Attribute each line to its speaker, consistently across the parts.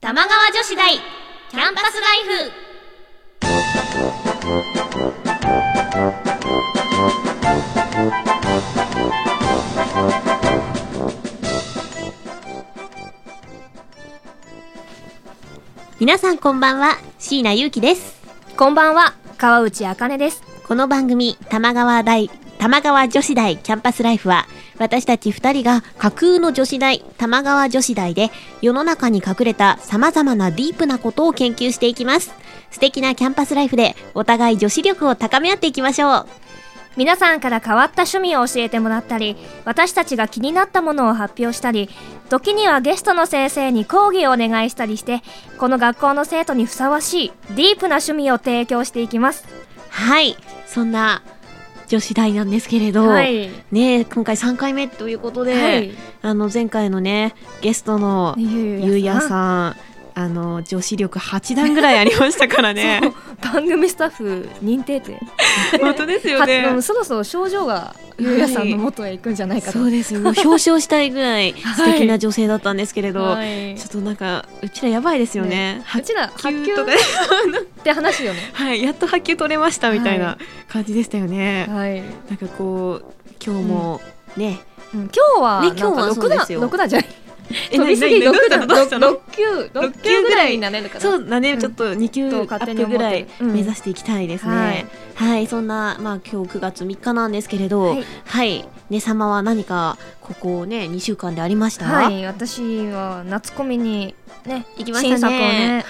Speaker 1: 玉川女子大キャンパスライフ皆さんこんばんは椎名優樹です
Speaker 2: こんばんは、川内あかねです。
Speaker 1: この番組、玉川大、玉川女子大キャンパスライフは、私たち二人が架空の女子大、玉川女子大で、世の中に隠れた様々なディープなことを研究していきます。素敵なキャンパスライフで、お互い女子力を高め合っていきましょう。
Speaker 2: 皆さんから変わった趣味を教えてもらったり、私たちが気になったものを発表したり、時にはゲストの先生に講義をお願いしたりして、この学校の生徒にふさわしいディープな趣味を提供していきます。
Speaker 1: はい。そんな、女子大なんですけれど、
Speaker 2: はい。
Speaker 1: ねえ今回3回目ということで、
Speaker 2: はい
Speaker 1: あの、前回のね、ゲストのゆ
Speaker 2: ゆ
Speaker 1: うやさん、あの、女子力8段ぐらいありましたから ね。
Speaker 2: そう番組スタッフ認定って、
Speaker 1: 本当ですよ
Speaker 2: は
Speaker 1: ね。
Speaker 2: うんそろそろ症状がゆうやさんの元へ行くんじゃないかと。
Speaker 1: そうですもう表彰したいぐらい素敵な女性だったんですけれど、
Speaker 2: はい
Speaker 1: ちょっとなんかうちらやばいですよね。
Speaker 2: うちら、
Speaker 1: 発
Speaker 2: 発
Speaker 1: 給
Speaker 2: 給
Speaker 1: とか
Speaker 2: って話 よね。
Speaker 1: はいやっと発給取れましたみたい
Speaker 2: は
Speaker 1: な感じでしたよね。
Speaker 2: はい。
Speaker 1: なんかこう今日もね、
Speaker 2: うん今日は、
Speaker 1: ね
Speaker 2: なんか
Speaker 1: 今日はそう
Speaker 2: 6
Speaker 1: ですよ
Speaker 2: 段、6段じゃない
Speaker 1: え
Speaker 2: 飛びすぎ
Speaker 1: 何何
Speaker 2: 六
Speaker 1: 何
Speaker 2: 段
Speaker 1: どうしたのどう
Speaker 2: 六級六
Speaker 1: 六級
Speaker 2: 級
Speaker 1: ぐ
Speaker 2: ぐ
Speaker 1: ら
Speaker 2: ら
Speaker 1: い
Speaker 2: いになれるか
Speaker 1: したの？そ
Speaker 2: な。
Speaker 1: うだね、
Speaker 2: うん
Speaker 1: ちょっと2級
Speaker 2: ちょっ
Speaker 1: ア
Speaker 2: と勝手
Speaker 1: ッ
Speaker 2: に
Speaker 1: プ
Speaker 2: 思っ
Speaker 1: ぐら
Speaker 2: て
Speaker 1: い
Speaker 2: るうん
Speaker 1: 目指していきたいですね。は
Speaker 2: はいい、
Speaker 1: そんなまあ今日9月3日なんですけれど、は
Speaker 2: はいい、
Speaker 1: ね様は何かここね2週間でありました。
Speaker 2: はい、私は夏コミにね、
Speaker 1: 行きましたね
Speaker 2: 新作をね、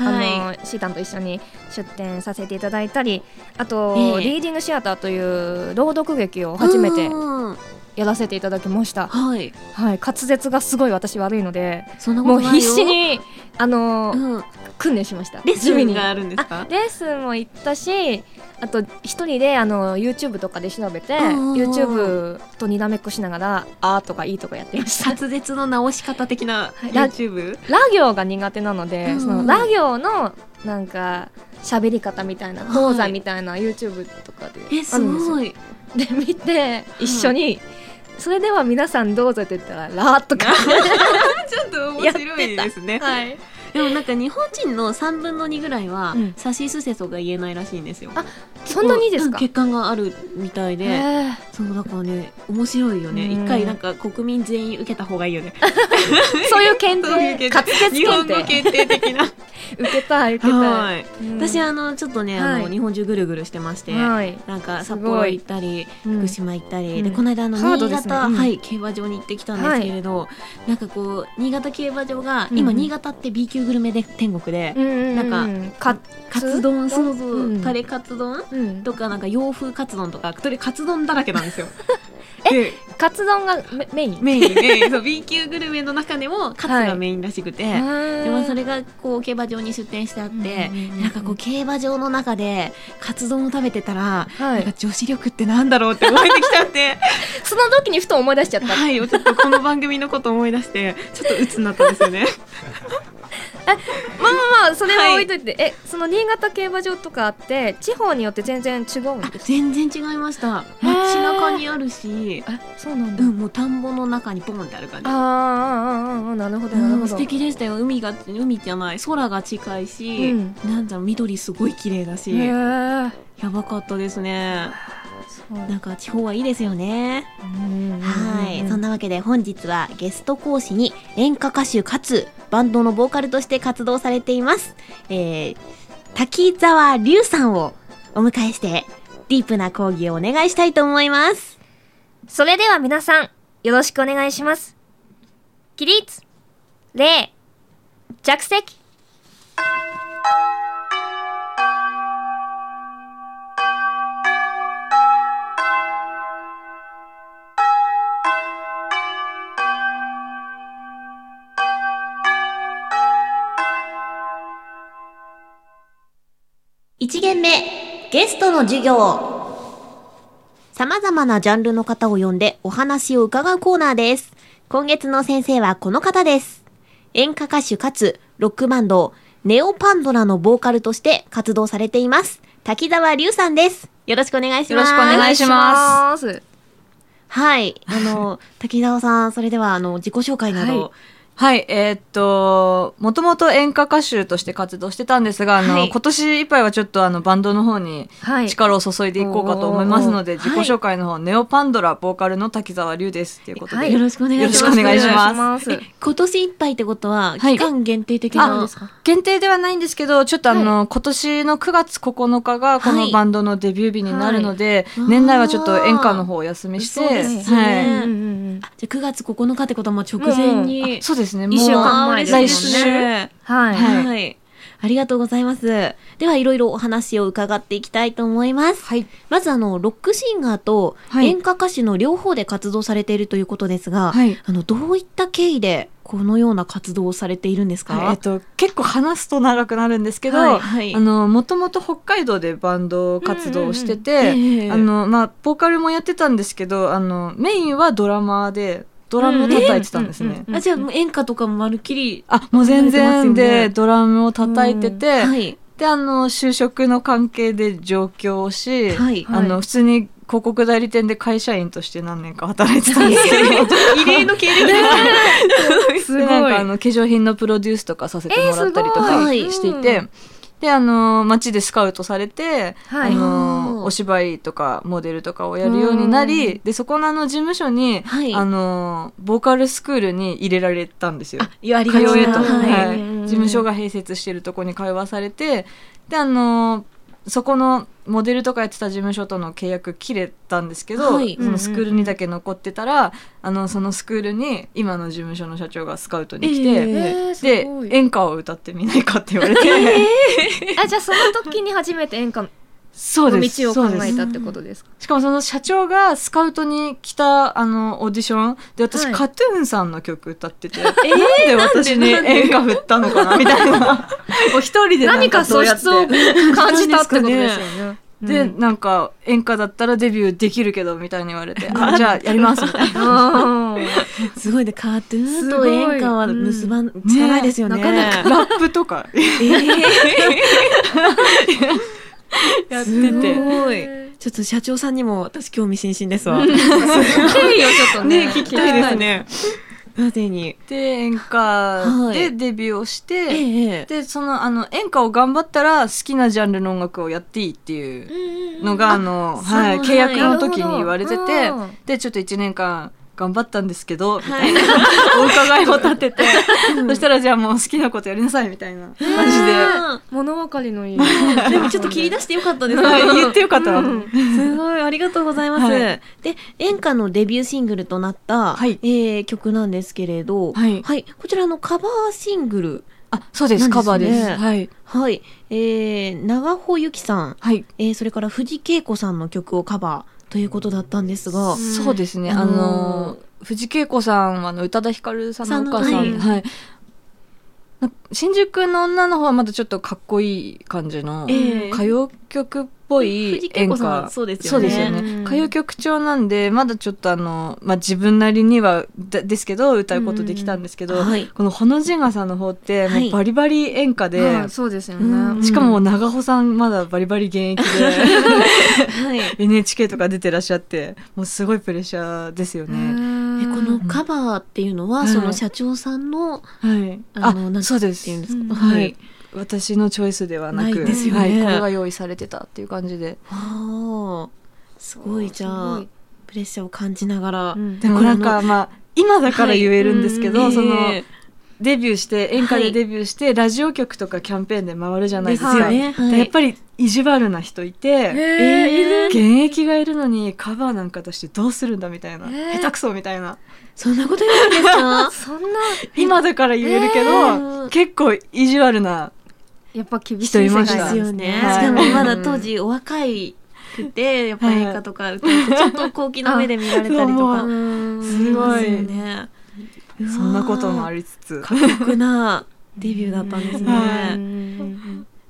Speaker 1: は
Speaker 2: あのシータンと一緒に出展させていただいたり、あ
Speaker 1: え
Speaker 2: と
Speaker 1: え
Speaker 2: リーディングシアターという朗読劇を初めて
Speaker 1: うん
Speaker 2: やらせていただきました。
Speaker 1: はい、
Speaker 2: はい、滑舌がすごい私悪いので、
Speaker 1: そんなこ
Speaker 2: も
Speaker 1: と
Speaker 2: う
Speaker 1: ないよ。
Speaker 2: 必死にあの
Speaker 1: うん、
Speaker 2: 訓練しました。
Speaker 1: レッス
Speaker 2: 地味
Speaker 1: ン
Speaker 2: に
Speaker 1: があるんですか
Speaker 2: あ？レースも行ったしあと一人であの YouTube とかで調べて
Speaker 1: んうんうん
Speaker 2: YouTube とにらめっこしながら「あ」とか「い」とかやってました
Speaker 1: 滑舌の直し方的な
Speaker 2: はい
Speaker 1: YouTube、
Speaker 2: ラ行が苦手なので、
Speaker 1: うんうん
Speaker 2: そのラ行のなんか喋り方みたいな
Speaker 1: はい
Speaker 2: 講座みたいな YouTube とかで
Speaker 1: え
Speaker 2: あ
Speaker 1: す
Speaker 2: るんですよ、
Speaker 1: ごい
Speaker 2: で見て一緒に、それでは皆さんどうぞって言ったら「ラ」とか、
Speaker 1: ちょっと
Speaker 2: 面白いです
Speaker 1: ね
Speaker 2: はい、
Speaker 1: でもなんか日本人の3分の2ぐらいは
Speaker 2: うん
Speaker 1: サシスセソが言えないらしいんですよ
Speaker 2: あそんなにですか
Speaker 1: うん血管があるみたいで
Speaker 2: へー
Speaker 1: そうだからね面白いよね
Speaker 2: うん
Speaker 1: 一回なんか国民全員受けた方がいいよね
Speaker 2: そういう検
Speaker 1: そういう
Speaker 2: 定
Speaker 1: 検
Speaker 2: 滑舌
Speaker 1: 日本
Speaker 2: 検
Speaker 1: 語
Speaker 2: 定
Speaker 1: 検定的 な
Speaker 2: 受けたい受けた、
Speaker 1: はいい
Speaker 2: うん
Speaker 1: 私あのちょっとねあの
Speaker 2: はい
Speaker 1: 日本中ぐるぐるしてまして
Speaker 2: はい、
Speaker 1: なんか
Speaker 2: す
Speaker 1: 札
Speaker 2: ごい
Speaker 1: 幌行ったり
Speaker 2: うん
Speaker 1: 福島行ったり、
Speaker 2: うん
Speaker 1: でこの間あの
Speaker 2: ハード
Speaker 1: 新
Speaker 2: ですね
Speaker 1: 潟、
Speaker 2: うん
Speaker 1: はい、競馬場に行ってきたんですけれど、なんかこう新潟競馬場が、今
Speaker 2: うん
Speaker 1: 新潟って B 級グルメで天国で、
Speaker 2: なんか、
Speaker 1: カツ丼そうそう、
Speaker 2: うん
Speaker 1: タレカツ丼
Speaker 2: うん
Speaker 1: とかなんか洋風カツ丼とかとりあえずカツ丼だらけなんです よで
Speaker 2: カツ丼がメメイン。
Speaker 1: メインで そう B 級グルメの中でもカツがメインらしくて、で
Speaker 2: で
Speaker 1: もそれがこう競馬場に出店してあって、
Speaker 2: うん
Speaker 1: なんかこう競馬場の中でカツ丼を食べてたら、
Speaker 2: は
Speaker 1: なん
Speaker 2: い
Speaker 1: か、女子力ってなんだろうって思えてきちゃって
Speaker 2: その時にふと思い出しちゃっ た。
Speaker 1: はい、ちょっとこの番組のこと思い出して、ちょっと鬱になったんですよね。
Speaker 2: まあまあまあ、それは置いといて、え、その新潟競馬場とかあって、地方によって全然違うんで す。
Speaker 1: 全然違いました。街中にあるし、
Speaker 2: え、そうなん
Speaker 1: うん、もう田んぼの中にポンってある感
Speaker 2: あ
Speaker 1: じ
Speaker 2: ー。あー、あーあー、なるほど、
Speaker 1: う
Speaker 2: なるほ
Speaker 1: ん、
Speaker 2: ど。
Speaker 1: 素敵でしたよ海が海じゃない空が近いし、
Speaker 2: うん
Speaker 1: なんだろう緑すごい綺麗だし、
Speaker 2: へー
Speaker 1: やばかったですね
Speaker 2: そううん
Speaker 1: なんか地方はいいですよね
Speaker 2: うんうん
Speaker 1: はい、そんなわけで本日はゲスト講師に演歌歌手かつバンドのボーカルとして活動されています、えー、滝沢龍さんをお迎えしてディープな講義をお願いしたいと思います。
Speaker 2: それでは皆さん、よろしくお願いします。起立、礼、着席。。
Speaker 1: 1限目、ゲストの授業。様々なジャンルの方を呼んでお話を伺うコーナーです。今月の先生はこの方です。演歌歌手かつロックバンド、ネオパンドラのボーカルとして活動されています。滝沢龍さんです。よろしくお願いします。
Speaker 3: よろしくお願いします
Speaker 1: はい。あの、滝沢さん、それでは、あの、自己紹介など、はい、
Speaker 3: はい、えーっと、もともと演歌歌手として活動してたんですが、あの、
Speaker 1: はい
Speaker 3: 今年いっぱいはちょっとあの、バンドの方に
Speaker 2: はい
Speaker 3: 力を注いでいこうかと思いますので、
Speaker 1: おー
Speaker 3: 自己紹介の方、ネオパンドラ、ボーカルの滝沢龍です。ということで。
Speaker 2: はい
Speaker 1: よろしくお願いします。
Speaker 3: よろしくお願いします
Speaker 2: よろしくお願いしま
Speaker 1: 今年いっぱいってことは、
Speaker 3: はい
Speaker 1: 期間限定的なんですか
Speaker 3: 限定ではないんですけど、ちょっとあの、今年の9月9日がこ
Speaker 1: は
Speaker 3: の
Speaker 1: い
Speaker 3: バンドのデビュー日になるので、
Speaker 1: はい
Speaker 3: 年内はちょっと演歌の方をお休みして、
Speaker 1: あーそうですね
Speaker 3: はい
Speaker 2: うんうんうん
Speaker 1: じゃあ9月9日ってことはもう直前
Speaker 3: あ
Speaker 1: に。
Speaker 3: そうですね、もう
Speaker 2: 一週
Speaker 1: あー
Speaker 2: 間前
Speaker 1: 嬉
Speaker 3: 来
Speaker 1: しい
Speaker 3: 週
Speaker 1: ですね
Speaker 2: はい。
Speaker 3: は
Speaker 1: はいい、ありがとうございます。では、いろいろお話を伺っていきたいと思います。
Speaker 3: はい。
Speaker 1: まず、あの、ロックシンガーと
Speaker 3: はい
Speaker 1: 演歌歌手の両方で活動されているということですが、
Speaker 3: はい
Speaker 1: あの、どういった経緯でこのような活動をされているんですか、
Speaker 3: はいえっと、結構話すと長くなるんですけど、
Speaker 2: はい
Speaker 1: はい
Speaker 3: あの、もともと北海道でバンド活動をしてて、
Speaker 1: うんうんうんええ
Speaker 3: あの、まあ、ボーカルもやってたんですけど、あの、メインはドラマーで、ドラム叩いてたんです
Speaker 2: うんうんうん。
Speaker 3: ね
Speaker 2: うん
Speaker 1: あじゃあ、もう演歌とかもまるっきり。
Speaker 3: あ、もう全
Speaker 1: 叩いて
Speaker 3: 然
Speaker 1: ますよね
Speaker 3: で、ドラムを叩いてて、
Speaker 1: はい。
Speaker 3: で、あの、就職の関係で上京をし、
Speaker 1: はい
Speaker 3: あの、
Speaker 2: はい
Speaker 3: 普通に広告代理店で会社員として何年か働いてたんですけど、
Speaker 1: 異例の経歴で
Speaker 2: ご い
Speaker 3: でなんかあの化粧品のプロデュースとかさせてもらったりと
Speaker 1: えーす
Speaker 3: か
Speaker 1: ごい
Speaker 3: していて、
Speaker 2: う
Speaker 3: であの街でスカウトされて、
Speaker 2: はい
Speaker 3: あ
Speaker 1: おー
Speaker 3: のお芝居とかモデルとかをやるようにな
Speaker 2: う
Speaker 3: りでそこのあの事務所に、
Speaker 1: はい
Speaker 3: あのボーカルスクールに入れられたんですよ。
Speaker 1: いや、あり
Speaker 3: 通
Speaker 1: がとう
Speaker 3: え
Speaker 1: ござ
Speaker 3: と、
Speaker 1: います。
Speaker 3: は
Speaker 1: はいい。
Speaker 2: うん
Speaker 3: 事務所が併設してるとこに通わされてであのそこのモデルとかやってた事務所との契約切れたんですけど、
Speaker 1: はい
Speaker 3: そのスクールにだけ残ってたら、あのそのスクールに今の事務所の社長がスカウトに来て、
Speaker 1: ええ
Speaker 2: えーす
Speaker 3: で
Speaker 2: ごい
Speaker 3: 演歌を歌ってみないかって言われて、
Speaker 2: あ、じゃあその時に初めて演歌の
Speaker 3: そうです
Speaker 2: 道を
Speaker 3: そ
Speaker 2: 考
Speaker 3: うで
Speaker 2: え
Speaker 3: す
Speaker 2: たってことですか
Speaker 3: しかもその社長がスカウトに来たあのオーディションで私、
Speaker 2: はい
Speaker 3: カトゥーンさんの曲歌ってて、なんで私に演歌振ったのかなみたいなもう一人でなん
Speaker 2: 何か
Speaker 3: かど
Speaker 2: 素
Speaker 3: うやって
Speaker 2: 質を感じたってことですよね。
Speaker 3: で、
Speaker 2: うん
Speaker 3: なんか演歌だったらデビューできるけどみたいに言われてあじゃあやります みたいな。
Speaker 2: あー
Speaker 1: すごいね、カートゥーン
Speaker 2: す
Speaker 1: と
Speaker 2: ごい
Speaker 1: 演歌は結ばん、つかないですよね。
Speaker 2: ねなか
Speaker 3: ラップとか
Speaker 1: え
Speaker 3: やって
Speaker 1: ー、
Speaker 3: て
Speaker 1: すご い。ちょっと社長さんにも私興味津々ですわ。
Speaker 2: 経緯をちょっとね、
Speaker 1: 聞きたいですね。なぜに。
Speaker 3: で演歌でデビューをして、
Speaker 1: ええ
Speaker 3: でそのあの演歌を頑張ったら好きなジャンルの音楽をやっていいっていうのが、あの、はい、
Speaker 1: そう
Speaker 3: 契約の時
Speaker 2: なるほど
Speaker 3: に言われてて
Speaker 2: うん
Speaker 3: でちょっと1年間頑張ったんですけど、みたいな お伺いを立てて、そしたらじゃあもう好きなことやりなさいみたいな感じで、
Speaker 2: 物分かりのいい。
Speaker 1: でもちょっと切り出してよかったです
Speaker 3: はい
Speaker 1: ね。
Speaker 3: 言ってよかったなと思って。
Speaker 1: すごい、ありがとうございます。
Speaker 3: はい
Speaker 1: で、演歌のデビューシングルとなった、
Speaker 3: はい
Speaker 1: えー曲なんですけれど、
Speaker 3: はい
Speaker 1: こちらのカバーシングル、
Speaker 3: あ、そうで
Speaker 1: な
Speaker 3: す。
Speaker 1: んですね
Speaker 3: カバーです。はい。
Speaker 1: はい、えー、長穂ゆきさん、
Speaker 3: はい。
Speaker 1: えー、それから藤恵子さんの曲をカバーということだったんですが、
Speaker 2: ん
Speaker 3: そうですね。あのー、藤恵子さんは、あの、宇多田ヒカルさんのお母さ
Speaker 1: さ
Speaker 3: ん
Speaker 1: ん
Speaker 3: で、
Speaker 1: の
Speaker 3: はい。な新宿の女の方はまだちょっとかっこいい感じの、
Speaker 1: ええ
Speaker 3: 歌謡曲っぽい
Speaker 1: 藤恵
Speaker 3: 演
Speaker 1: 子さん
Speaker 3: 歌。
Speaker 1: そうです
Speaker 3: そ
Speaker 1: よ
Speaker 3: う
Speaker 1: ね。
Speaker 3: ですよ
Speaker 2: うん
Speaker 3: ね。歌謡曲調なんで、まだちょっとあの、まあ、自分なりにはだ、ですけど、歌うことできたんですけど、
Speaker 1: うんはい
Speaker 3: このほのじんがさんの方って、
Speaker 1: は
Speaker 3: も
Speaker 1: いう
Speaker 3: バリバリ演歌で、
Speaker 2: はいそうですよ
Speaker 1: うん
Speaker 2: ね。
Speaker 3: しかも長穂さんまだバリバリ 現役で、
Speaker 1: はい。え
Speaker 3: NHK とか出てらっしゃってもうすごいプレッシャーですよね。
Speaker 1: このカバーっていうのは、
Speaker 3: はい
Speaker 1: その社長さんの、
Speaker 3: はい、
Speaker 1: あの、なん
Speaker 3: そうです
Speaker 1: ていうんですか。
Speaker 2: うん
Speaker 3: は。い、私のチョイスではなく
Speaker 1: ないですよね
Speaker 3: はい、これが用意されてたっていう感じで
Speaker 1: ああ、すごい、じゃ
Speaker 2: す
Speaker 1: あ
Speaker 2: ごい、
Speaker 1: プレッシャーを感じながら。
Speaker 2: うん
Speaker 3: でもなんかまあ今だから言えるんですけど、
Speaker 1: はい
Speaker 3: その
Speaker 1: ええ
Speaker 3: デビューして演歌
Speaker 1: は
Speaker 3: で
Speaker 1: い
Speaker 3: デビューして、ラジオ局とかキャンペーンで回るじゃないですか。
Speaker 1: ですよねはい
Speaker 3: でやっぱり意地悪な人い
Speaker 2: え
Speaker 3: て、
Speaker 2: ーいる
Speaker 3: 現役がいるのにカバーなんかとしてどうするんだみたいな、
Speaker 2: ええ
Speaker 3: 下手くそみたいな
Speaker 1: そんなこと言うんですか
Speaker 2: そんな、
Speaker 3: 今だから言えるけど、
Speaker 1: ええ
Speaker 3: 結構意地悪な
Speaker 2: やっぱ厳しい
Speaker 3: 人い
Speaker 2: 世
Speaker 3: ま
Speaker 2: 界
Speaker 3: した
Speaker 1: ですよね。
Speaker 3: はい
Speaker 1: しかもまだ当時お若いくて、やっぱり演歌とか歌うとちょっと高貴な目で見られたりと
Speaker 3: あ
Speaker 1: か
Speaker 3: そう。
Speaker 1: す
Speaker 3: す
Speaker 1: ご
Speaker 3: ご
Speaker 1: い
Speaker 3: い
Speaker 1: よね。
Speaker 3: そんなこともあ
Speaker 1: る。
Speaker 3: りつつ。
Speaker 1: 過酷なデビューだったんですね。
Speaker 3: は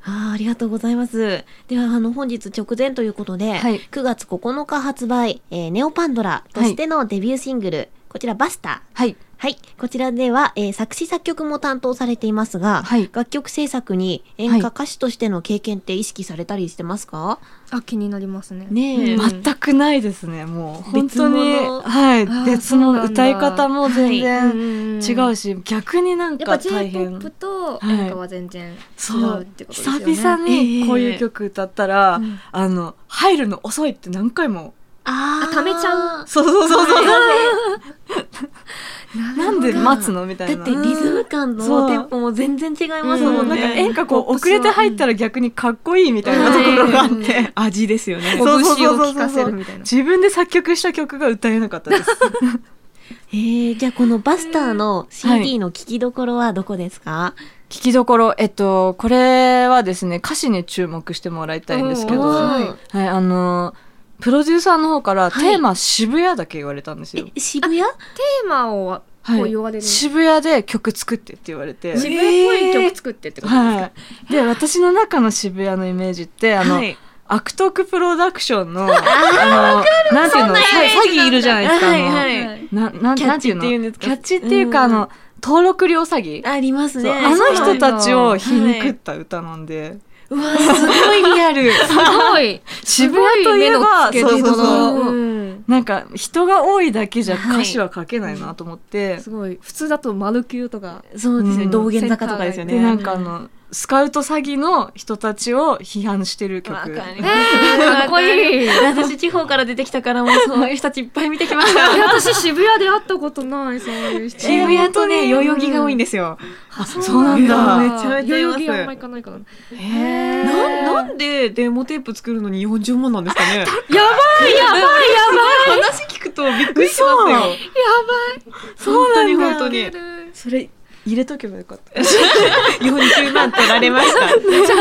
Speaker 1: あーありがとうございます。では、あの、本日直前ということで、
Speaker 3: はい
Speaker 1: 9月9日発売、えーネオパンドラとしてのデビューシングル、こちらバスター。
Speaker 3: はい。
Speaker 1: はい。こちらでは、えー作詞作曲も担当されていますが、
Speaker 3: はい
Speaker 1: 楽曲制作に演歌歌手としての経験って意識されたりしてますか、
Speaker 2: あ気になりますね
Speaker 1: ねえ、
Speaker 2: うん
Speaker 3: 全くないですね、もう。本
Speaker 1: 別
Speaker 3: 当
Speaker 1: 物
Speaker 3: に。はい
Speaker 2: あ。ー
Speaker 3: 別
Speaker 2: そう
Speaker 3: の
Speaker 2: なんだ
Speaker 3: 歌い方も全然違う
Speaker 2: し
Speaker 3: し、逆になん
Speaker 2: やっぱ
Speaker 3: か大
Speaker 2: j p
Speaker 3: 変
Speaker 2: o。p と
Speaker 3: はい
Speaker 2: 演歌は全然違うってことですよね、
Speaker 3: 久々にこういう曲歌ったら、
Speaker 1: ええ
Speaker 3: あの入るの遅いって何回も
Speaker 1: あ
Speaker 2: あ溜めちゃ
Speaker 1: う。
Speaker 3: そうそうそうそ う、な
Speaker 2: る
Speaker 3: ん
Speaker 2: ほど
Speaker 3: で待つのみた
Speaker 1: だっ
Speaker 3: い
Speaker 1: て
Speaker 3: な
Speaker 1: リズム感の
Speaker 3: そう
Speaker 1: テンポも全然違います
Speaker 3: そう
Speaker 1: も
Speaker 3: なん
Speaker 1: ん
Speaker 3: か
Speaker 1: ね。
Speaker 3: 演歌こ
Speaker 2: ポッ
Speaker 3: う
Speaker 2: プス
Speaker 3: 遅れて入ったら逆にかっこいいみたいなところがあって、
Speaker 4: 味ですよね
Speaker 3: そうそうそ
Speaker 2: 拳を
Speaker 3: うそう
Speaker 2: 聞かせるみたいな
Speaker 3: 自分で作曲した曲が歌えなかったです
Speaker 1: えー、じゃあこのバスターの CD の聴きどころはどこですか、
Speaker 3: 聞きどころえっとこれはですね歌詞に注目してもらいたいんですけど
Speaker 2: おー
Speaker 3: は
Speaker 1: はい
Speaker 2: はいい、
Speaker 3: いあのプロデューサーの方から、
Speaker 1: はい
Speaker 3: テーマ渋谷だけ言われたんですよ
Speaker 1: え、渋谷
Speaker 2: テーマを、こう言われる
Speaker 3: 渋谷で曲作ってって言われて
Speaker 2: 渋谷っぽい曲作ってってことですか、
Speaker 3: はい。で、私の中の渋谷のイメージって、あの、
Speaker 4: はい
Speaker 3: アクトークプロダクションの、あの、なんていうの、さ詐欺いるじゃないですか。あ
Speaker 1: は
Speaker 3: の
Speaker 1: いはい
Speaker 4: はい
Speaker 3: なな
Speaker 4: キャッチ
Speaker 3: なん
Speaker 4: って
Speaker 3: ていう
Speaker 4: いうんです
Speaker 3: の
Speaker 4: か
Speaker 3: キャッチっていうか、
Speaker 1: うん
Speaker 3: あの、登録料詐欺。
Speaker 1: あります
Speaker 3: そう
Speaker 1: ね。
Speaker 3: あの人たちを皮肉った歌なんで、
Speaker 1: うわ、すごいリアル。
Speaker 2: すごい
Speaker 3: 渋谷といえば、
Speaker 2: す
Speaker 3: そ
Speaker 2: ご
Speaker 3: う
Speaker 2: い目
Speaker 3: そ
Speaker 2: の
Speaker 3: う
Speaker 2: 付けどころ
Speaker 3: そう。
Speaker 2: うん
Speaker 3: なんか人が多いだけじゃ
Speaker 1: はい
Speaker 3: 歌詞は書けないなと思って、
Speaker 2: すごい普通だと丸級とか
Speaker 1: そうですね、
Speaker 3: うん
Speaker 1: 道玄坂とかですよね。
Speaker 3: でなんかあの、スカウト詐欺の人たちを批判してる曲。
Speaker 2: えー、かっこいい
Speaker 1: 私地方から出てきたからもうそういう人たちいっぱい見てきました。
Speaker 2: 私渋谷で会ったことないそういう人
Speaker 4: 渋谷とね、代々木が多いんですよ。
Speaker 3: あ、そうなんだ。
Speaker 4: めちゃめちゃい
Speaker 2: 代
Speaker 4: ま
Speaker 2: 々
Speaker 4: す
Speaker 2: 木あんま行かないからな
Speaker 4: ななんでデモテープ作るのに40万なんですかね やばい
Speaker 2: や
Speaker 4: やばいやばい話聞くとびっくりしますよ。やばい本当に本当に。
Speaker 3: それ入れとけばよかった。
Speaker 4: 40万取られま した。
Speaker 2: じゃあ宣材写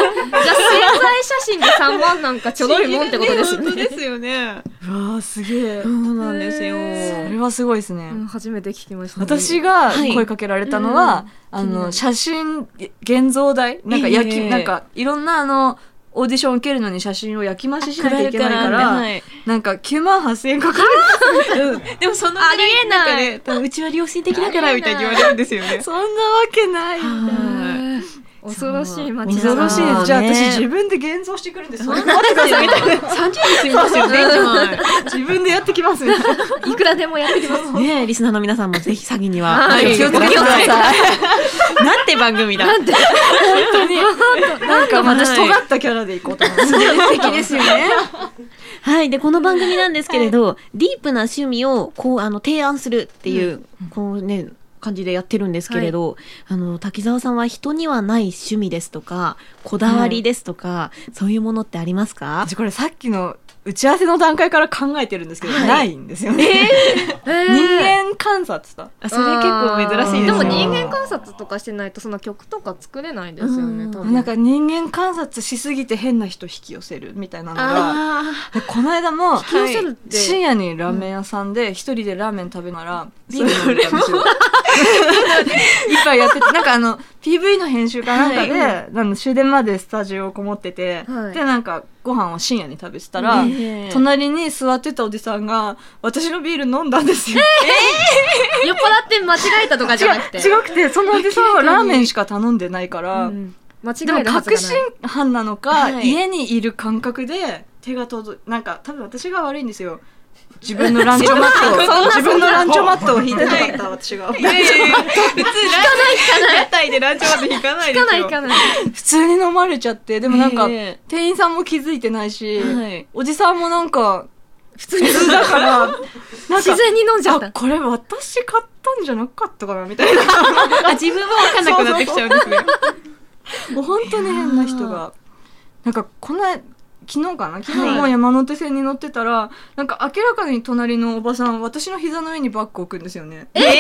Speaker 2: 真で3万なんかちょろいもんってことですね
Speaker 4: 本当ですよね。
Speaker 3: うわあすげえ。
Speaker 4: そうなんですよ。
Speaker 3: それはすごいですね。
Speaker 2: うん初めて聞きました
Speaker 3: 私が声かけられたのは、あ
Speaker 2: 気にな
Speaker 3: の
Speaker 2: る
Speaker 3: 写真現像代なんか焼き、
Speaker 4: ええ
Speaker 3: なんかいろんなあのオーディション受けるのに写真を焼き増ししなきゃいけないから
Speaker 4: はい
Speaker 3: なんか9万8千円かかる
Speaker 4: でもそのありえ
Speaker 2: ない
Speaker 4: ね、多分うちは良心的だからみたいに言われるんですよね。
Speaker 3: そんなわけない
Speaker 4: はい
Speaker 2: 恐ろしい街
Speaker 1: そう
Speaker 3: 恐ろしいですじゃあ
Speaker 1: ね
Speaker 3: 私自分で現像してくるんですそん な
Speaker 4: 30日いますよね、一枚。
Speaker 3: 自分でやってきますみたいない
Speaker 2: くらでもやってきます
Speaker 1: ねえ、リスナーの皆さんもぜひ詐欺には。
Speaker 4: はい
Speaker 3: 気をつけてくだ
Speaker 4: さ い
Speaker 3: さい
Speaker 4: なんて番組だ。
Speaker 3: なんか私
Speaker 4: はい
Speaker 3: 尖ったキャラでいこうと思って
Speaker 1: 素敵ですよね。はい。で、この番組なんですけれど、ディープな趣味を、こう、あの、提案するっていう、こうね、感じでやってるんですけれど、あの、滝沢さんは人にはない趣味ですとか、こだわりですとか、そういうものってありますか
Speaker 3: 私これさっきの打ち合わせの段階から考えてるんですけど、
Speaker 1: はい
Speaker 3: ないんですよね、人間観察だ
Speaker 4: あそれ結構珍しい
Speaker 2: で
Speaker 4: ですよ。
Speaker 2: も人間観察とかしてないとその曲とか作れないですよ
Speaker 1: う
Speaker 2: ね
Speaker 1: ん
Speaker 2: 多分
Speaker 3: なんか人間観察しすぎて変な人引き寄せるみたいなのが
Speaker 1: あ
Speaker 3: でこの間も
Speaker 2: 引き寄せるって
Speaker 3: 深夜にラーメン屋さんで一人でラーメン食べながらビール飲んでたんですよ。一杯やっててなんかあの PV の編集かなんかで、あの終電までスタジオこもってて、
Speaker 2: はい
Speaker 3: でなんかご飯を深夜に食べてた
Speaker 1: あ
Speaker 3: ら、
Speaker 1: ねえ
Speaker 3: 隣に座ってたおじさんが私のビール飲んだんですよ。
Speaker 2: 酔っ払って間違えたとかじゃなくて
Speaker 3: 違う違くてそのおじさんはラーメンしか頼んでないから、
Speaker 2: うん間違え
Speaker 3: でも
Speaker 2: るはずが
Speaker 3: 確信
Speaker 2: ない
Speaker 3: 犯なのか、
Speaker 1: はい
Speaker 3: 家にいる感覚で手が届いなんか多分私が悪いんですよ自分のランチョマットを自分のランチョマットを引いてなかった私が
Speaker 4: いやいやいや普通、引かない、引かない。屋台でランチまで引かない
Speaker 2: 聞
Speaker 4: です
Speaker 2: か
Speaker 4: よ。
Speaker 2: ない聞かない
Speaker 3: 普通に飲まれちゃってでもなんか
Speaker 4: ええ
Speaker 3: 店員さんも気づいてないし、
Speaker 4: はい
Speaker 3: おじさんもなんか
Speaker 2: 普通に
Speaker 3: 普通だからなんか
Speaker 2: 自然に飲んじゃった
Speaker 3: あこれ私買ったんじゃなかったかなみたいな
Speaker 4: あ、自分もわかんなくなってきちゃうんですね。
Speaker 3: もう本当に変な人がなんかこの昨日かな昨日も山手線に乗ってたら、なんか明らかに隣のおばさん私の膝の上にバッグ置くんですよねえなん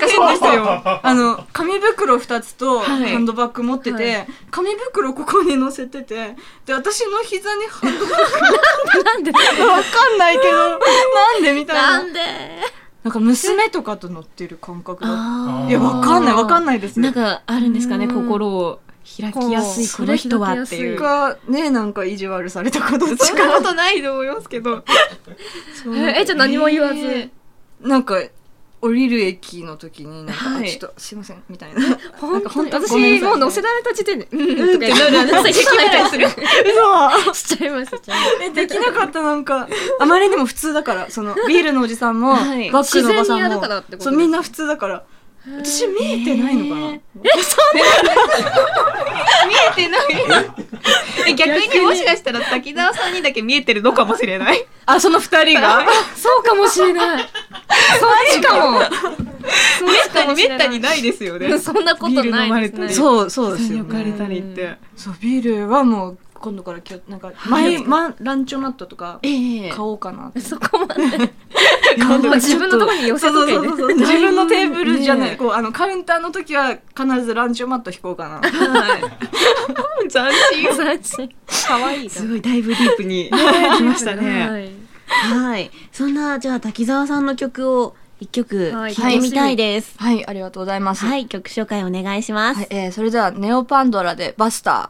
Speaker 3: かそうですよあの紙袋2つと
Speaker 4: はい
Speaker 3: ハンドバッグ持ってて、
Speaker 2: は
Speaker 3: 紙袋ここに乗せててで私の膝にハンドバッ
Speaker 2: なんで
Speaker 3: グわかん ないけどなんでみたいな
Speaker 2: で
Speaker 3: なんか娘とかと乗ってる感覚だ
Speaker 1: あ
Speaker 3: いやわかんないわかんないです
Speaker 4: なんか、あるんですかね、
Speaker 2: うん
Speaker 4: 心を開きやすいこの人はっていう。
Speaker 3: がねなんか意地悪されたこと
Speaker 4: そんなことないと思いますけど。 え、じゃあ何も言わず。
Speaker 3: えなんか降りる駅の時になんか、
Speaker 4: はい
Speaker 3: あちょっとすいませんみたいななんか
Speaker 4: 本当
Speaker 3: 本
Speaker 4: に
Speaker 3: 当ごめん
Speaker 4: 私も
Speaker 3: なさ
Speaker 4: う
Speaker 3: い
Speaker 4: 乗せられた時点で、うん、とか言って、 なんか、引かないする。しちゃいます、しちゃいます。
Speaker 3: えできなかったなんかあまりにも普通だからそのビールのおじさんも、
Speaker 4: はい
Speaker 3: バックのおば
Speaker 4: 自然にやるか
Speaker 3: さ
Speaker 4: らっ
Speaker 3: ん
Speaker 4: てことです
Speaker 3: もそうみんな普通だから私見えてないのかな、
Speaker 4: 見えてない。え逆にもしかしたら滝沢さんにだけ見えてるのかもしれない。
Speaker 3: あその二人が
Speaker 2: そうかもしれない。そうかも。そう
Speaker 4: めった
Speaker 2: か
Speaker 4: に
Speaker 2: も
Speaker 4: め
Speaker 2: し
Speaker 4: っ
Speaker 2: れ
Speaker 4: た
Speaker 2: な
Speaker 4: に
Speaker 2: い。
Speaker 4: ないですよね。
Speaker 2: そんなことないですね。う。
Speaker 3: そうそうですよ
Speaker 4: 抜かれ
Speaker 3: ね
Speaker 4: たりって。
Speaker 3: そうビールはもう今度からきょなんか前、ま、ランチョナットとか
Speaker 4: ええ
Speaker 3: 買おうかなって
Speaker 2: そこ まで。自分のところに寄せ
Speaker 3: そうそ
Speaker 2: と
Speaker 3: う
Speaker 2: け
Speaker 3: そう
Speaker 2: ね。
Speaker 3: そう自分のテーブルじゃない、
Speaker 4: ね
Speaker 3: こうあのカウンターの時は必ずランチョンマット引こうかな
Speaker 4: はい。斬新。
Speaker 2: かわいい
Speaker 1: すごい、だいぶディープに来ましたね。はい。そんな、じゃあ、滝沢さんの曲を一曲
Speaker 2: はい
Speaker 1: 聴いてみたいです。
Speaker 3: はいありがとうございます、
Speaker 1: はい、曲紹介お願いします。
Speaker 3: はいえーそれではネオパンドラでバスタ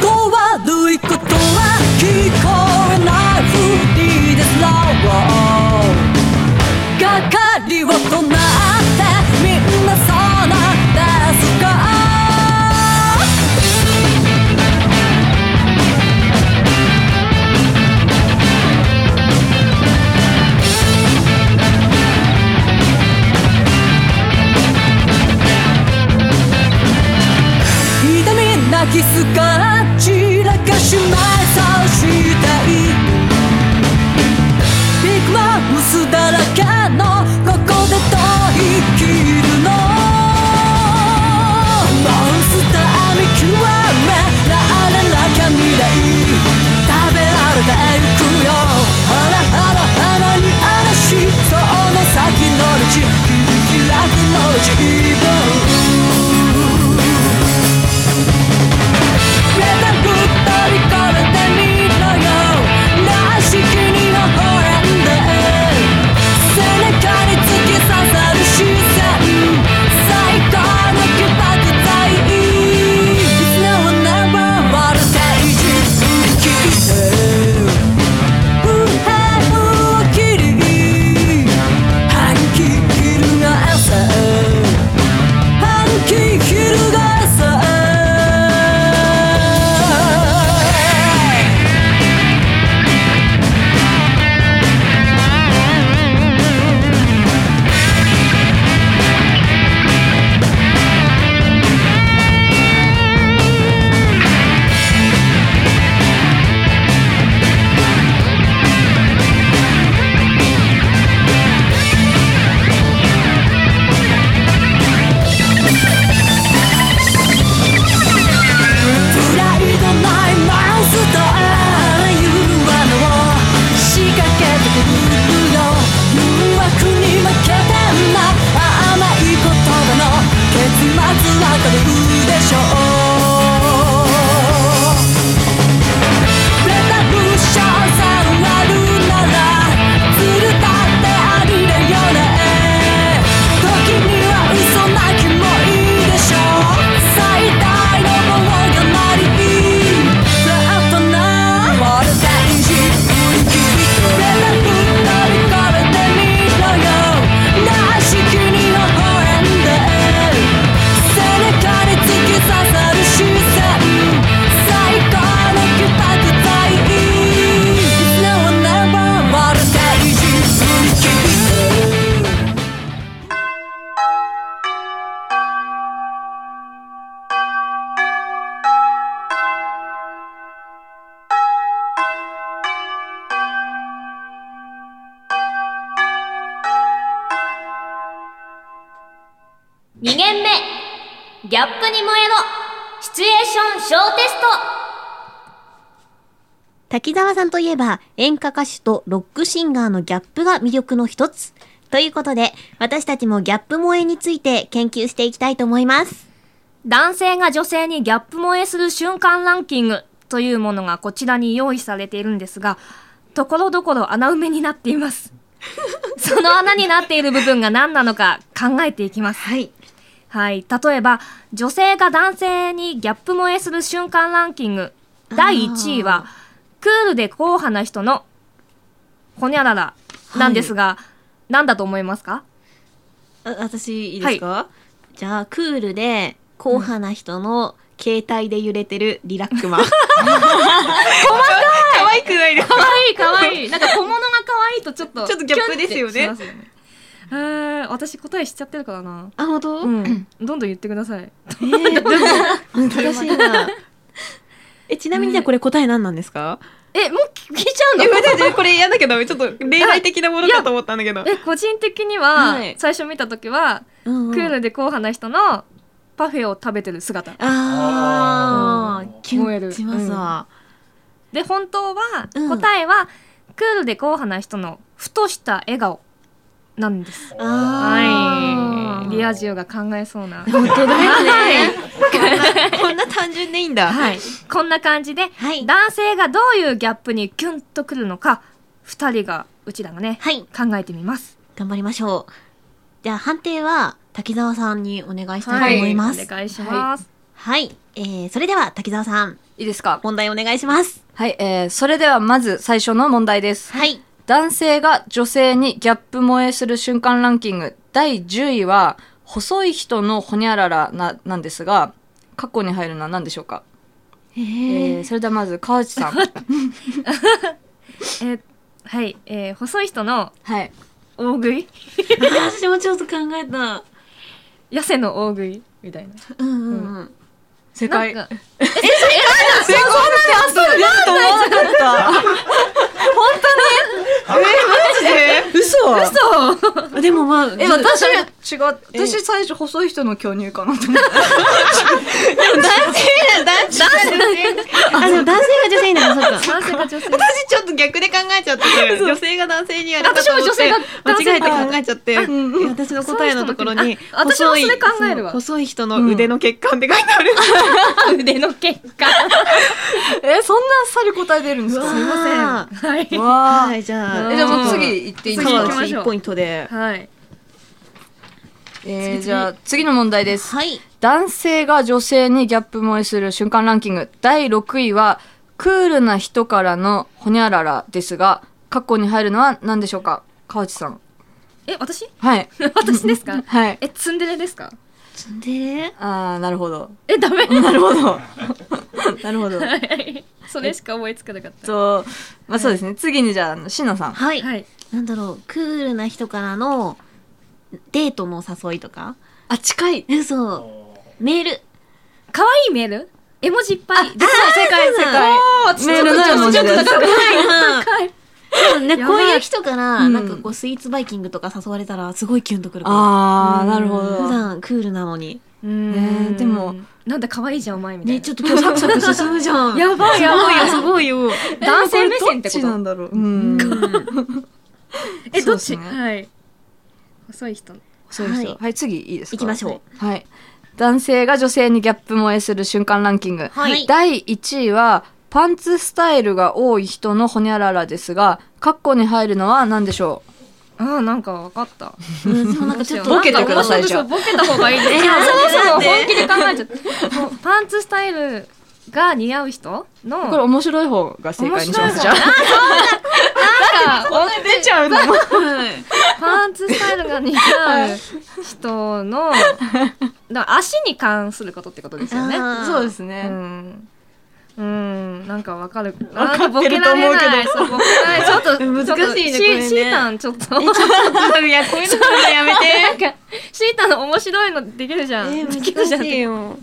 Speaker 5: 都合悪いことは聞こえないふりですら係を唱ってみんなそうなんですか痛みなキスから散らかしまいそうしたいビッグマウスだらけのここでと生きるのモンスター見極められなきゃ未来食べられてゆくよあらあらあらに嵐その先の道開くの自分「めたぶっとりこれてみろよ」「なしきにのほらんで」「背中に突き刺さる視線」「最高の起爆剤」「Now and never ワルテージ」「聞いて」「うはうきり」「はんきひるが朝」「はんきひるが朝」プライドないマウスとあらゆる罠を仕掛けてくるよ誘惑に負けてんな甘い言葉の結末はこるでしょうレタブシャンさんあるならずるだってありだよね時には嘘なきもいいでしょう最大のものがなりフラットなボルテージ振り切ってレベル乗り越えてみろよなしきにのほらんで背中に突き刺さる視線最高の起爆剤 Now and never ボルテージ振り切って
Speaker 2: 2限目ギャップに燃えろシチュエーション小テスト
Speaker 1: 滝沢さんといえば演歌歌手とロックシンガーのギャップが魅力の一つ。ということで、私たちもギャップ萌えについて研究していきたいと思います。
Speaker 2: 男性が女性にギャップ萌えする瞬間ランキングというものがこちらに用意されているんですが、ところどころ穴埋めになっています。 その穴になっている部分が何なのか考えていきます。はい。例えば、女性が男性にギャップ萌えする瞬間ランキング、第1位は、クールで硬派な人の、ほにゃららなんですが、何だと思いますか
Speaker 3: あ私いいですか、
Speaker 1: じゃあ、クールで、硬派な人の携帯で揺れてるリラック マ。
Speaker 3: 可愛くないです
Speaker 2: かわいいかわいい。なんか小物がかわいいとちょっと。
Speaker 3: ちょっとギャップですよね
Speaker 2: キュンってしますよねえー、私答え知っちゃってるからな。
Speaker 3: あ本当、
Speaker 2: うん。どんどん言ってください。
Speaker 3: え ー、でも
Speaker 1: 難しいな。
Speaker 3: えちなみにじゃあこれ答え何なんですか、
Speaker 2: え、もう聞いちゃうの
Speaker 3: え待って待ってこれやんなきゃダメちょっと恋愛的なものかと思ったんだけど
Speaker 2: え、個人的には、
Speaker 3: はい
Speaker 2: 最初見た時は、
Speaker 1: うんうん
Speaker 2: クールで硬派な人のパフェを食べてる姿。
Speaker 1: あー、キ
Speaker 2: 燃え
Speaker 1: ュン
Speaker 2: る
Speaker 1: しますわ。
Speaker 2: で、本当は、
Speaker 1: うん
Speaker 2: 答えは、クールで硬派な人のふとした笑顔なんです。
Speaker 1: あ
Speaker 2: は
Speaker 1: ー
Speaker 2: い。リア充が考えそうな。
Speaker 1: 本 当だよね。
Speaker 3: こんな単純でいいんだ
Speaker 2: はい、こんな感じで、
Speaker 1: はい
Speaker 2: 男性がどういうギャップにキュンとくるのか2人がうちらがね、
Speaker 1: はい
Speaker 2: 考えてみます。
Speaker 1: 頑張りましょう。じゃあ判定は滝沢さんにお願いしたいと思います。
Speaker 2: お
Speaker 1: はい、
Speaker 2: 願いします。
Speaker 1: えー、それでは滝沢さん、
Speaker 3: いいですか
Speaker 1: 問題お願いします。
Speaker 3: はい、えー、それではまず最初の問題です
Speaker 1: はい。
Speaker 3: 男性が女性にギャップ萌えする瞬間ランキング第10位は細い人のほにゃららななんですが過去に入るのは何でしょうかえーそれではまず川内さん
Speaker 2: えーはい、えー細い人の
Speaker 3: はい
Speaker 2: 大食い
Speaker 1: 私もちょっと考えた。
Speaker 2: 痩せの大食いみたいな。
Speaker 1: うんうんうん。
Speaker 3: 正
Speaker 2: な
Speaker 3: 解
Speaker 2: んか
Speaker 3: 正解だそうなんだと思わなかった本当にえマジで嘘
Speaker 2: そう
Speaker 1: でもまあ、
Speaker 3: え私違う私最初細い人の巨乳かなと思った
Speaker 1: あ、でも男性が女性になる、そうか。
Speaker 2: 男性が女性
Speaker 6: 私ちょっと逆で考えちゃってて女性が男性にやるかと思っ
Speaker 2: 私
Speaker 6: て
Speaker 2: も女性が男性
Speaker 6: 間違えて考えちゃって
Speaker 3: うん
Speaker 6: 私の答えのところに
Speaker 2: あ私もそれ考えるわ
Speaker 6: 細い人の腕の血管って書いてある
Speaker 2: 腕の結果。
Speaker 3: えそんなさる答え出るんですか
Speaker 1: すいま
Speaker 2: はい。
Speaker 3: わ
Speaker 6: はいじゃあ
Speaker 3: えじゃあもう次行っていいです
Speaker 2: 次行
Speaker 6: 川
Speaker 2: き
Speaker 3: か
Speaker 2: ましょう
Speaker 6: 内1ポイントで
Speaker 2: はい。
Speaker 3: えー、じゃあ次の問題です
Speaker 1: せん。はい。
Speaker 3: 男性が女性にギャップ萌えする瞬間ランキング第6位はクールな人からのホニャララですが括弧に入るのは何でしょうか川内さん
Speaker 2: え、私
Speaker 3: はい
Speaker 2: 私ですか
Speaker 3: はい
Speaker 2: え、ツンデレですか
Speaker 1: で、
Speaker 3: ああなるほど
Speaker 2: え、ダメ。
Speaker 3: なるほど なるほ ど
Speaker 2: はいそれしか思いつかなかった。
Speaker 3: とまあそうですね次にじゃああの椎名さん
Speaker 1: はい。
Speaker 2: はい。
Speaker 1: なんだろう、クールな人からのデートの誘いとか
Speaker 3: あ近い
Speaker 1: え、そう。メール。
Speaker 2: 可愛いメール絵文字いっぱい。
Speaker 3: そう正解正解メールの絵文字です
Speaker 1: でもね、
Speaker 2: や
Speaker 1: こ
Speaker 2: ば
Speaker 1: う
Speaker 2: い
Speaker 1: いう人から、
Speaker 3: うん
Speaker 1: なんかこう、スイーツバイキングとか誘われたら、すごいキュンとくるかも。
Speaker 3: ああなるほ
Speaker 1: 普
Speaker 3: ど
Speaker 1: 段クールなのに。
Speaker 2: ね
Speaker 3: でも、
Speaker 2: なんだ可愛いじゃん、お前みたいな。
Speaker 1: ね、ちょっと今日サクサク進むじゃん。
Speaker 2: やばいやばいよ、すごい。
Speaker 3: ごいよ
Speaker 2: 男性目線ってこ
Speaker 3: どっちな
Speaker 2: と
Speaker 3: んだろううん
Speaker 2: え、ど
Speaker 3: そう
Speaker 2: っ
Speaker 3: っす
Speaker 2: ち
Speaker 3: ね
Speaker 2: はい。細い人。
Speaker 3: そうですよ
Speaker 1: はい
Speaker 3: はい、次いいですか
Speaker 1: 行きましょ
Speaker 3: う。はい。男性が女性にギャップ萌えする瞬間ランキング。
Speaker 1: はい
Speaker 3: 第1位は、パンツスタイルが多い人のホニャララですが、カッコに入るのは何でしょ
Speaker 2: ああ、なんかわかった。
Speaker 1: うん、そうなんかちょっと。
Speaker 3: ボケてくだ
Speaker 2: な
Speaker 3: さい
Speaker 2: んか
Speaker 3: じゃあ
Speaker 2: ボケた方がいいです。いやそもそも本気で考えちゃった。もう パンツスタイルが似合う人
Speaker 3: うこれ
Speaker 2: の、
Speaker 3: 面白い方が正解にしま
Speaker 2: 面白い
Speaker 3: す。
Speaker 2: 方
Speaker 3: じゃあ。
Speaker 2: なんか、
Speaker 3: 出ちゃうの
Speaker 2: パンツスタイルが似合う人 の、だから足に関することってことですよね。
Speaker 1: あー
Speaker 3: そうです
Speaker 2: う
Speaker 3: ね。
Speaker 2: ん。うん、なんかわかる。
Speaker 3: わかってると思うけ
Speaker 2: な
Speaker 3: ど
Speaker 2: んかボケられないそうボケられないちょっと、
Speaker 3: 難しいね
Speaker 2: ちょっと
Speaker 3: これね
Speaker 2: シータン、ちょっと。
Speaker 3: いや、こういうのやめて。
Speaker 2: なんか、シータの面白いのできるじゃん。
Speaker 1: え
Speaker 2: で
Speaker 1: ー
Speaker 2: きるじゃん
Speaker 1: 難しいよ。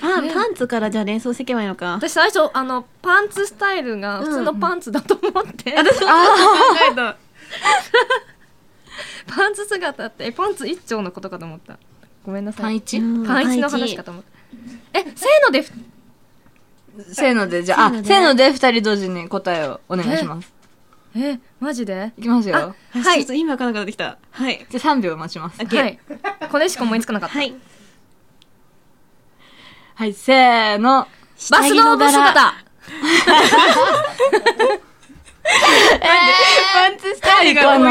Speaker 1: パン、パンツからじゃあ連想していけばいいのか。
Speaker 2: 私最初、あの、パンツスタイルが普通のパンツだと思って。パンツ姿って、えパンツ一丁のことかと思った。ごめんなさい。
Speaker 3: パンイチ
Speaker 1: うん
Speaker 2: パンイチの
Speaker 1: パンイチ
Speaker 2: 話かと思った。え、せーのでふ、
Speaker 3: せーので、じゃあ、あせーので二人同時に答えをお願いします。
Speaker 2: え、マジで
Speaker 3: いきます
Speaker 1: は
Speaker 3: よ。
Speaker 1: い。ちょっと今わからなくなってきた。はい。
Speaker 3: じゃあ3秒待ちます。
Speaker 2: はい。これしか思いつかなかった。
Speaker 1: はい。
Speaker 3: はい、せーの。
Speaker 2: バスのバス型
Speaker 1: パンツスタイルが多い人と、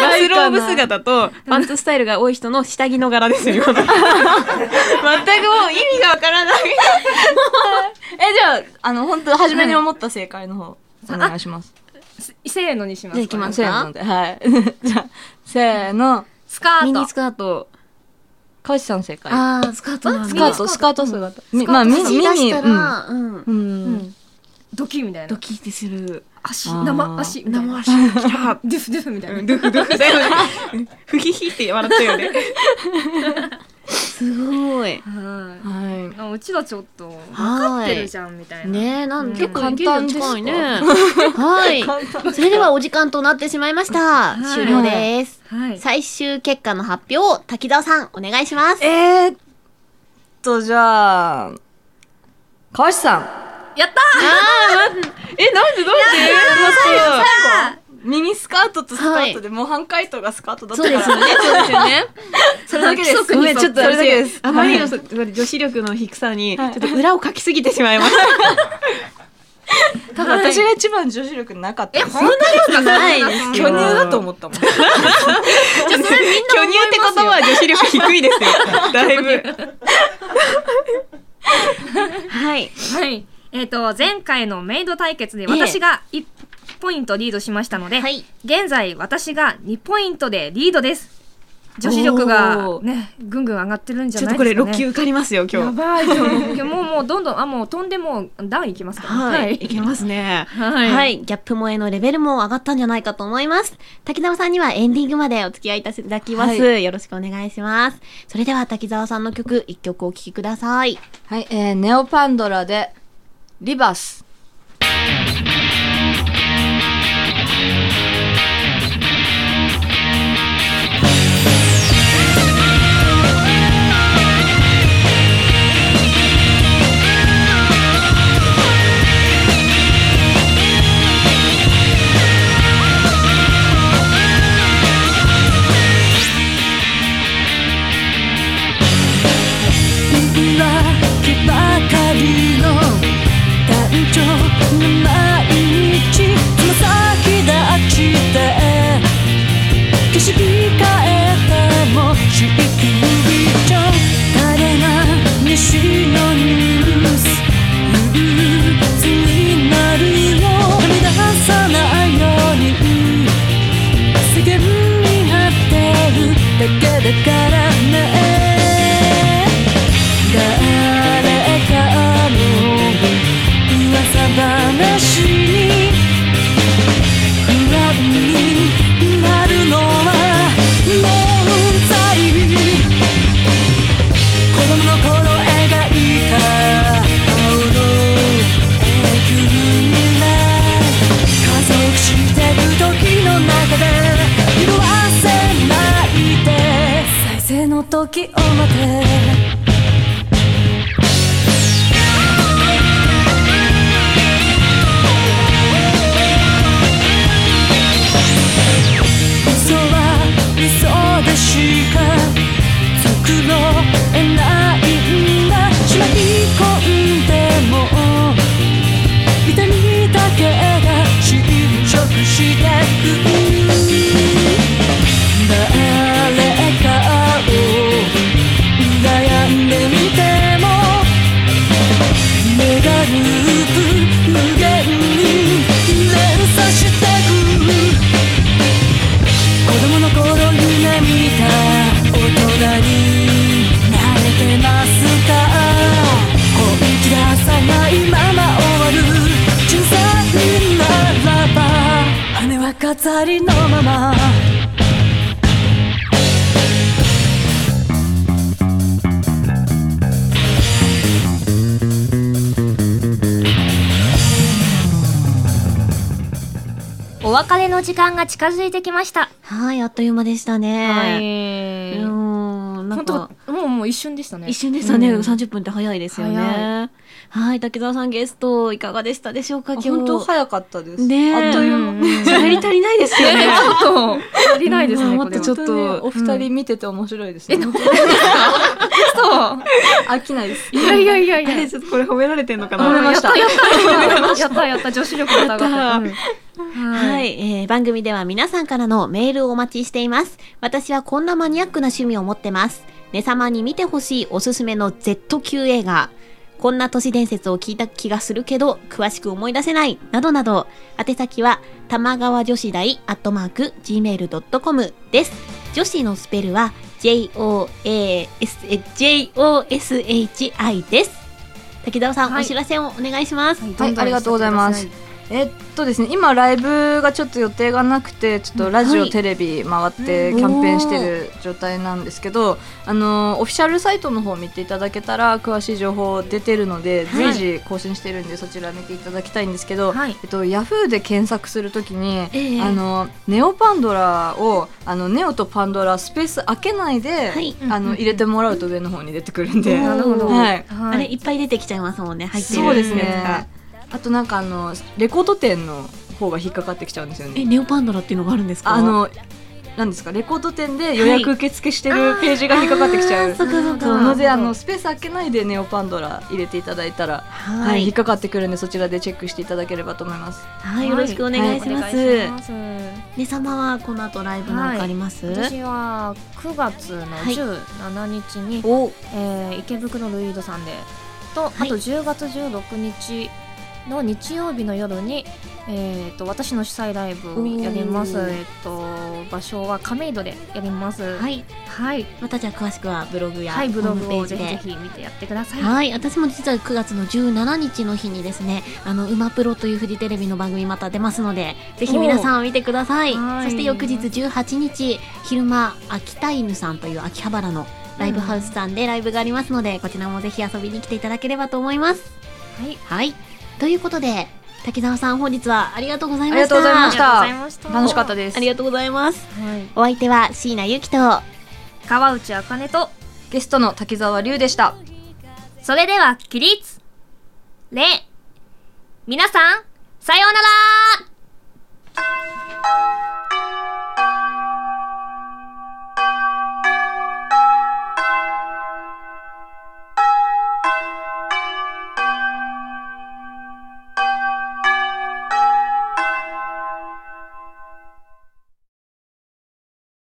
Speaker 1: バスローブ姿と、 パンツスタイルが多い人の下着の柄ですよ、 今の全くもう意味がわからない。
Speaker 3: え、じゃあ、あの、本当初めに思った正解の方、お願いします。
Speaker 2: せーのにしま
Speaker 1: じ
Speaker 2: す。
Speaker 1: ゃあ行きます
Speaker 3: せーので、はい。 じゃあ、せーの。
Speaker 2: スカ
Speaker 3: ミニ
Speaker 2: ー
Speaker 3: ス
Speaker 2: ト。
Speaker 3: カート。川内さん正解。
Speaker 1: あー、スカートなん
Speaker 3: ス
Speaker 1: だ
Speaker 3: カート、スカート姿。みまあ、ミ
Speaker 1: ミ
Speaker 3: ニ、
Speaker 1: ニ
Speaker 3: ミ
Speaker 1: 出し
Speaker 3: ニ、
Speaker 1: た
Speaker 3: うん。
Speaker 1: ら、うん。
Speaker 3: うん。
Speaker 2: ドキみたい
Speaker 1: ド
Speaker 2: な。
Speaker 1: キッてする。
Speaker 2: 足、
Speaker 3: あー
Speaker 2: 生足。
Speaker 1: 生
Speaker 2: 足。
Speaker 1: 足きた。
Speaker 2: デュフデュフみたいな。
Speaker 1: ドゥフドゥフだよね。 ふひひって笑ったよね。すごい。
Speaker 2: は。
Speaker 3: はい
Speaker 2: あうちはちょっと、分か
Speaker 1: は
Speaker 2: ってる
Speaker 1: い。
Speaker 2: じゃんみたいな。
Speaker 1: ねえ、なん
Speaker 2: うん
Speaker 1: 結構
Speaker 3: 簡単ですか
Speaker 1: 近いね。 はい。それではお時間となってしまいました。
Speaker 2: はい
Speaker 1: 終了です。
Speaker 2: はい。
Speaker 1: 最終結果の発表を滝沢さん、お願いします
Speaker 3: い。。えーっと、じゃあ、川内さん。
Speaker 2: やった
Speaker 3: え、なんでなんで最後ミニスカートとスカートで、もう半回答がスカートだっ た
Speaker 1: そう
Speaker 3: か
Speaker 1: で
Speaker 3: ら。
Speaker 1: すよね。そうですよ ね。
Speaker 3: それだけです。
Speaker 2: 規則に沿って
Speaker 3: ちょっとそれだけです。
Speaker 1: あまりのそ女子力の低さに、ちょっと裏をかきすぎてしまいました。
Speaker 3: ただ私が一番女子力なかった。え、
Speaker 2: 本 当ですか
Speaker 1: ないです
Speaker 3: 巨乳だと思った もん。巨乳って言葉は女子力低いですよ。だいぶ。
Speaker 1: はい。
Speaker 2: はい。えっ、と、前回のメイド対決で
Speaker 1: ええ
Speaker 2: 私が1ポイントリードしましたので、
Speaker 1: はい
Speaker 2: 現在私が2ポイントでリードです。女子力が
Speaker 3: おー
Speaker 2: ね、ぐんぐん上がってるんじゃ
Speaker 1: ちょっ
Speaker 2: な
Speaker 1: とこ
Speaker 2: いで
Speaker 1: れ
Speaker 2: すかね。
Speaker 1: 6級受かりますよ、今
Speaker 2: や
Speaker 1: 日。
Speaker 2: ばい今日もうもうどんどん、あ、もう飛んでもうダウンいきますから。
Speaker 1: はい。いけますね。
Speaker 2: はい
Speaker 1: はい。ギャップ萌えのレベルも上がったんじゃないかと思います。滝沢さんにはエンディングまでお付き合いいただきます。よろしくお願いします。それでは滝沢さんの曲、一曲お聴きください。
Speaker 3: はい、えー、ネオパンドラで、リバース。
Speaker 5: 見分けばかりの単調な毎日つま先立ちで景色変えてもしきりちゃ誰が西のニュース憂鬱になるよ涙さないように世間になってるだけだからね誰かの噂話に不安になるのはもううざい子供の頃描いた青の永久に加速してる時の中で色褪せないで再生の時を待て嘘は嘘でしか作ろえないんだしまい込んでも痛みだけが侵食してく誰かを羨んでみても目がループ無限に連鎖してく子供の頃夢見た大人に慣れてますか本気出さないまま終わる小さいならば羽は飾りのまま
Speaker 2: お別れの時間が近づいてきました。
Speaker 1: はい。あっという間でしたね。
Speaker 2: は
Speaker 1: うー
Speaker 2: い。
Speaker 1: ん。なん
Speaker 2: 本
Speaker 1: か、
Speaker 2: 当もうもうも一瞬でしたね
Speaker 1: 一瞬ですよね、
Speaker 2: うん
Speaker 1: 30分って早いですよ
Speaker 2: 早
Speaker 1: ねはい竹澤さんゲストいかがでしたでしょうか今日
Speaker 3: 本当早かったです。
Speaker 1: ねえ
Speaker 3: あっという間。
Speaker 1: やり足りないですよね
Speaker 2: ちょっと足りな いですね、
Speaker 1: も
Speaker 2: こ
Speaker 1: っと
Speaker 2: れは
Speaker 1: ちょっ
Speaker 3: 本当に
Speaker 1: と
Speaker 3: お二人見てて面白いですね。
Speaker 2: そ
Speaker 3: 飽きないです。
Speaker 2: ういやいやいやいや
Speaker 1: あれちょっとこれ褒められてんのかな
Speaker 3: 思いました。
Speaker 2: やったやった女子力が上がったうん
Speaker 1: は
Speaker 2: はい
Speaker 1: い、えー番組では皆さんからのメールをお待ちしています。私はこんなマニアックな趣味を持ってます。ねさまに見てほしいおすすめの Z 級映画。こんな都市伝説を聞いた気がするけど、詳しく思い出せない。などなど、宛先は、玉川女子大アットマーク gmail.com です。女子のスペルは、J-O-A-S-J-O-S-H-I です。滝沢さん、
Speaker 2: はい
Speaker 1: お知らせをお願いします。
Speaker 2: どんどん
Speaker 3: ありがとうございますえっとですね、今ライブがちょっと予定がなくて、ちょっとラジオ、
Speaker 1: はい
Speaker 3: テレビ回って
Speaker 1: うん
Speaker 3: キャンペーンしてる状態なんですけど、あのオフィシャルサイトの方を見ていただけたら詳しい情報出てるので、
Speaker 1: はい
Speaker 3: 随時更新してるんでそちら見ていただきたいんですけど、
Speaker 2: はい
Speaker 3: えっとヤフーで検索するときに、
Speaker 1: ええ
Speaker 3: あのネオパンドラをあのネオとパンドラスペース開けないで、
Speaker 1: はい
Speaker 3: あの入れてもらうと上の方に出てくるんで。
Speaker 1: なるほど
Speaker 3: はい。
Speaker 1: あれ、いっぱい出てきちゃいますもんね、入ってる
Speaker 3: そうです
Speaker 1: やつが
Speaker 3: ね。あとなんかあのレコード店の方が引っかかってきちゃうんですよ
Speaker 1: え
Speaker 3: ね。
Speaker 1: ネオパンドラっていうのがあるんですか
Speaker 3: あのなんですかレコード店で予約受付してるページが引っかかってきちゃう。
Speaker 1: そっかそっ
Speaker 3: そう
Speaker 1: か
Speaker 3: のであのスペース開けないでネオパンドラ入れていただいたら、はい
Speaker 1: は
Speaker 3: 引っ
Speaker 1: い、
Speaker 3: かかってくるんでそちらでチェックしていただければと思います。
Speaker 1: はい、よろしくお願いします、
Speaker 2: はいお願いします
Speaker 1: ね様はこの後ライブなんかあります、
Speaker 2: 私は9月の17日に、
Speaker 1: お
Speaker 2: えー池袋ルイードさんで
Speaker 1: は
Speaker 2: と、
Speaker 1: い
Speaker 2: あと10月16日の日曜日の夜に、えー、と私の主催ライブをやります、
Speaker 1: おー
Speaker 2: えー、と場所は亀戸でやります、
Speaker 1: はいい
Speaker 2: はい
Speaker 1: またじゃあ詳しくはブログやホ
Speaker 2: はいブ
Speaker 1: ー
Speaker 2: ロ
Speaker 1: ム
Speaker 2: グ
Speaker 1: ペ
Speaker 2: を
Speaker 1: ージ
Speaker 2: ぜ
Speaker 1: で、
Speaker 2: ひぜひ見てやってください
Speaker 1: はい、私も実は9月の17日の日にですね、あの、馬プロというフジテレビの番組また出ますので、ぜひ皆さん見てください。
Speaker 2: おーはい
Speaker 1: そして翌日18日、昼間、秋田犬さんという秋葉原のライブハウスさんでライブがありますので、こちらもぜひ遊びに来ていただければと思います。
Speaker 2: はい
Speaker 1: はい。ということで、滝沢さん本日はありがとうございました。
Speaker 3: ありがとうござい
Speaker 2: あ
Speaker 3: ま
Speaker 2: り
Speaker 3: し
Speaker 2: がとう
Speaker 3: た
Speaker 2: ございました
Speaker 3: 楽しかったです
Speaker 1: あり。がとうございます。
Speaker 2: はい、
Speaker 1: お相手は椎名ゆきと、
Speaker 2: 川内茜と
Speaker 3: ゲストの滝沢龍でした。
Speaker 2: それでは起立礼皆さんさようなら